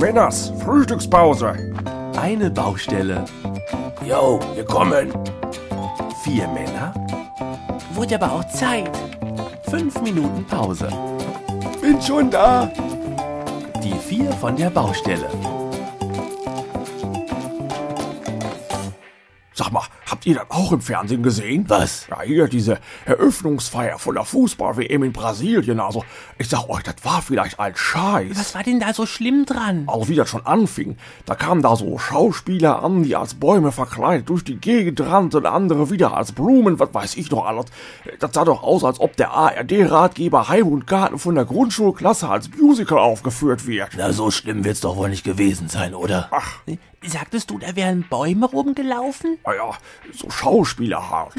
Männers, Frühstückspause. Eine Baustelle. Yo, wir kommen. Vier Männer. Wurde aber auch Zeit. Fünf Minuten Pause. Bin schon da. Die vier von der Baustelle. Sag mal, habt ihr das auch im Fernsehen gesehen? Was? Ja, hier diese Eröffnungsfeier von der Fußball-WM in Brasilien. Also, ich sag euch, das war vielleicht ein Scheiß. Was war denn da so schlimm dran? Also, wie das schon anfing, da kamen da so Schauspieler an, die als Bäume verkleidet durch die Gegend rannten, andere wieder als Blumen, was weiß ich noch alles. Das sah doch aus, als ob der ARD-Ratgeber Heim und Garten von der Grundschulklasse als Musical aufgeführt wird. Na, so schlimm wird's doch wohl nicht gewesen sein, oder? Ach. Sagtest du, da wären Bäume rumgelaufen? Naja, so Schauspieler halt.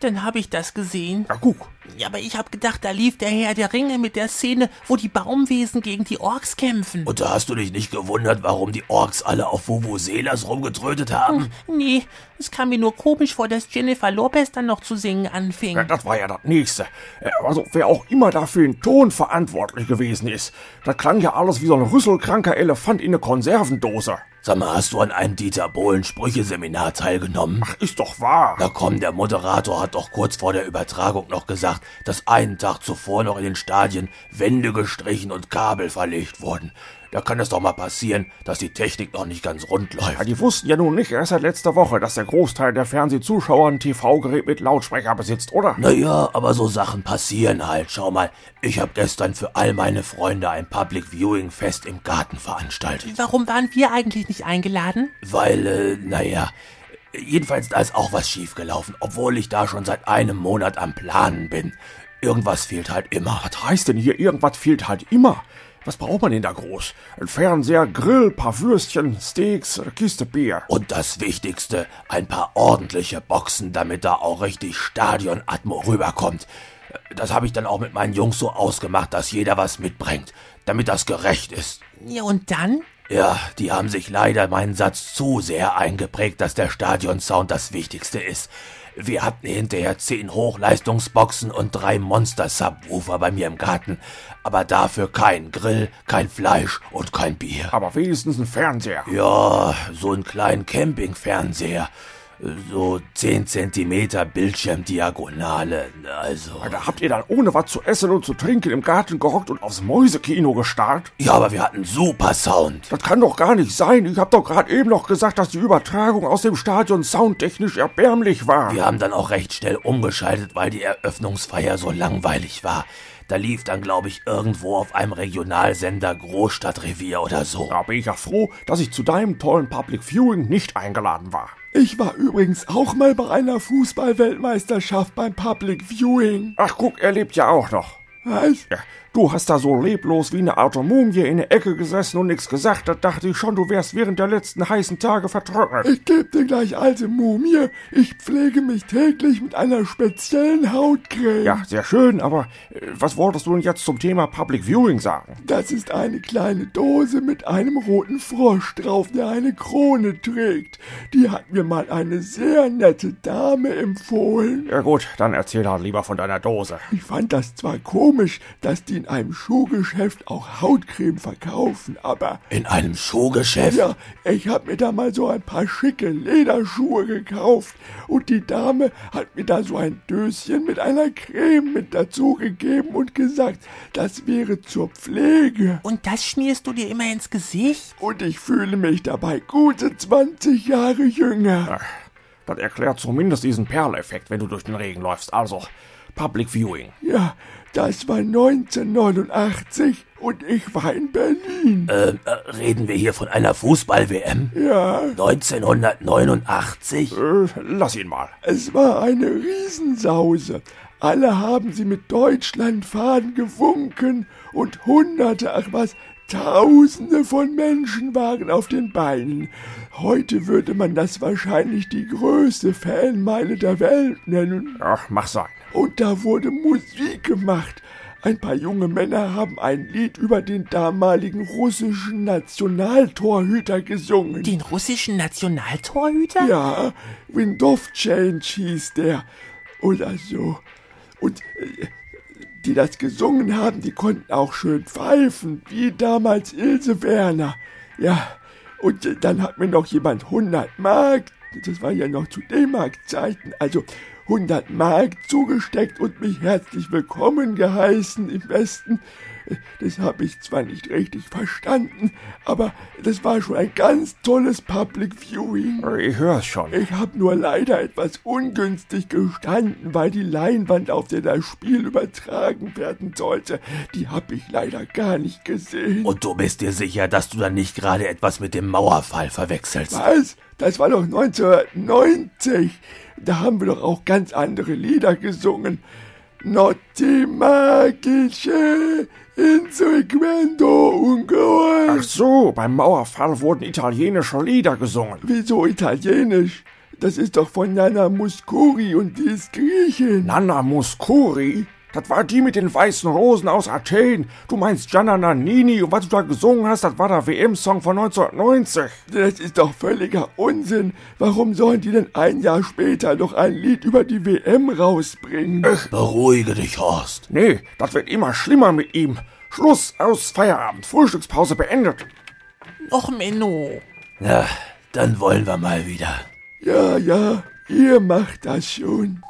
Dann habe ich das gesehen. Ja, guck. Ja, aber ich habe gedacht, da lief der Herr der Ringe mit der Szene, wo die Baumwesen gegen die Orks kämpfen. Und da hast du dich nicht gewundert, warum die Orks alle auf Vuvuzelas rumgetrötet haben? Hm, Nee, es kam mir nur komisch vor, dass Jennifer Lopez dann noch zu singen anfing. Ja, das war ja das Nächste. Äh, Also, wer auch immer dafür den Ton verantwortlich gewesen ist, das klang ja alles wie so ein rüsselkranker Elefant in eine Konservendose. Sag mal, hast du an einem Dieter Bohlen Sprücheseminar teilgenommen? Ist doch wahr. Na komm, der Moderator hat doch kurz vor der Übertragung noch gesagt, dass einen Tag zuvor noch in den Stadien Wände gestrichen und Kabel verlegt wurden. Da kann es doch mal passieren, dass die Technik noch nicht ganz rund Ja, läuft. die wussten ja nun nicht erst seit letzter Woche, dass der Großteil der Fernsehzuschauer ein TV-Gerät mit Lautsprecher besitzt, oder? Naja, aber so Sachen passieren halt. Schau mal, ich habe gestern für all meine Freunde ein Public Viewing Fest im Garten veranstaltet. Warum waren wir eigentlich nicht eingeladen? Weil, äh, naja, jedenfalls da ist auch was schiefgelaufen, obwohl ich da schon seit einem Monat am Planen bin. Irgendwas fehlt halt immer. Was heißt denn hier, irgendwas fehlt halt immer? Was braucht man denn da groß? Ein Fernseher, Grill, paar Würstchen, Steaks, eine Kiste Bier. Und das Wichtigste, ein paar ordentliche Boxen, damit da auch richtig Stadionatmo rüberkommt. Das habe ich dann auch mit meinen Jungs so ausgemacht, dass jeder was mitbringt, damit das gerecht ist. Ja, und dann? Ja, die haben sich leider meinen Satz zu sehr eingeprägt, dass der Stadionsound das Wichtigste ist. Wir hatten hinterher zehn Hochleistungsboxen und drei Monster-Subwoofer bei mir im Garten, aber dafür kein Grill, kein Fleisch und kein Bier. Aber wenigstens ein Fernseher. Ja, so einen kleinen Campingfernseher. So 10 Zentimeter Bildschirmdiagonale, also. Da habt ihr dann ohne was zu essen und zu trinken im Garten gehockt und aufs Mäusekino gestarrt? Ja, aber wir hatten super Sound. Das kann doch gar nicht sein. Ich hab doch gerade eben noch gesagt, dass die Übertragung aus dem Stadion soundtechnisch erbärmlich war. Wir haben dann auch recht schnell umgeschaltet, weil die Eröffnungsfeier so langweilig war. Da lief dann, glaube ich, irgendwo auf einem Regionalsender Großstadtrevier oder so. Da bin ich ja froh, dass ich zu deinem tollen Public Viewing nicht eingeladen war. Ich war übrigens auch mal bei einer Fußball-Weltmeisterschaft beim Public Viewing. Ach guck, er lebt ja auch noch. Was? Ja, du hast da so leblos wie eine Art Mumie in der Ecke gesessen und nichts gesagt. Da dachte ich schon, du wärst während der letzten heißen Tage vertrocknet. Ich geb dir gleich alte Mumie. Ich pflege mich täglich mit einer speziellen Hautcreme. Ja, sehr schön, aber äh, was wolltest du denn jetzt zum Thema Public Viewing sagen? Das ist eine kleine Dose mit einem roten Frosch drauf, der eine Krone trägt. Die hat mir mal eine sehr nette Dame empfohlen. Ja gut, dann erzähl halt lieber von deiner Dose. Ich fand das zwar komisch, dass die in einem Schuhgeschäft auch Hautcreme verkaufen, aber In einem Showgeschäft? Ja, ich hab mir da mal so ein paar schicke Lederschuhe gekauft und die Dame hat mir da so ein Döschen mit einer Creme mit dazu gegeben und gesagt, das wäre zur Pflege. Und das schmierst du dir immer ins Gesicht? Und ich fühle mich dabei gute 20 Jahre jünger. Das erklärt zumindest diesen Perleffekt, wenn du durch den Regen läufst. Also, Public Viewing. Ja, das war 1989 und ich war in Berlin. Ähm, äh, reden wir hier von einer Fußball-WM? Ja, 1989? Äh, lass ihn mal. Es war eine Riesensause. Alle haben sie mit Deutschlandfahnen gewunken und hunderte, ach was, tausende von Menschen waren auf den Beinen. Heute würde man das wahrscheinlich die größte Fanmeile der Welt nennen. Ach, mach sein. Und da wurde Musik gemacht. Ein paar junge Männer haben ein Lied über den damaligen russischen Nationaltorhüter gesungen. Den russischen Nationaltorhüter? Ja, Wind of Change hieß der. Oder so. Und äh, die das gesungen haben, die konnten auch schön pfeifen, wie damals Ilse Werner. Ja, und äh, dann hat mir noch jemand 100 Mark, das war ja noch zu D-Mark-Zeiten, also 100 Mark zugesteckt und mich herzlich willkommen geheißen im Westen. Äh, Das habe ich zwar nicht richtig verstanden, aber das war schon ein ganz tolles Public Viewing. Ich hör's schon. Ich habe nur leider etwas ungünstig gestanden, weil die Leinwand, auf der das Spiel übertragen werden sollte, die habe ich leider gar nicht gesehen. Und du bist dir sicher, dass du dann nicht gerade etwas mit dem Mauerfall verwechselst. Was? Das war doch 1990. Da haben wir doch auch ganz andere Lieder gesungen. Not die magische, insequendo Ach ungeheuer. so, beim Mauerfall wurden italienische Lieder gesungen. Wieso italienisch? Das ist doch von Nana Muscuri und die ist Griechin. Nana Muscuri? Das war die mit den weißen Rosen aus Athen. Du meinst Gianna Nannini und was du da gesungen hast, das war der WM-Song von 1990. Das ist doch völliger Unsinn. Warum sollen die denn ein Jahr später noch ein Lied über die WM rausbringen? Beruhige dich, Horst. Nee, das wird immer schlimmer mit ihm. Schluss, aus, Feierabend, Frühstückspause beendet. Och, Menno. Na, dann wollen wir mal wieder. Ja, ja, ihr macht das schon.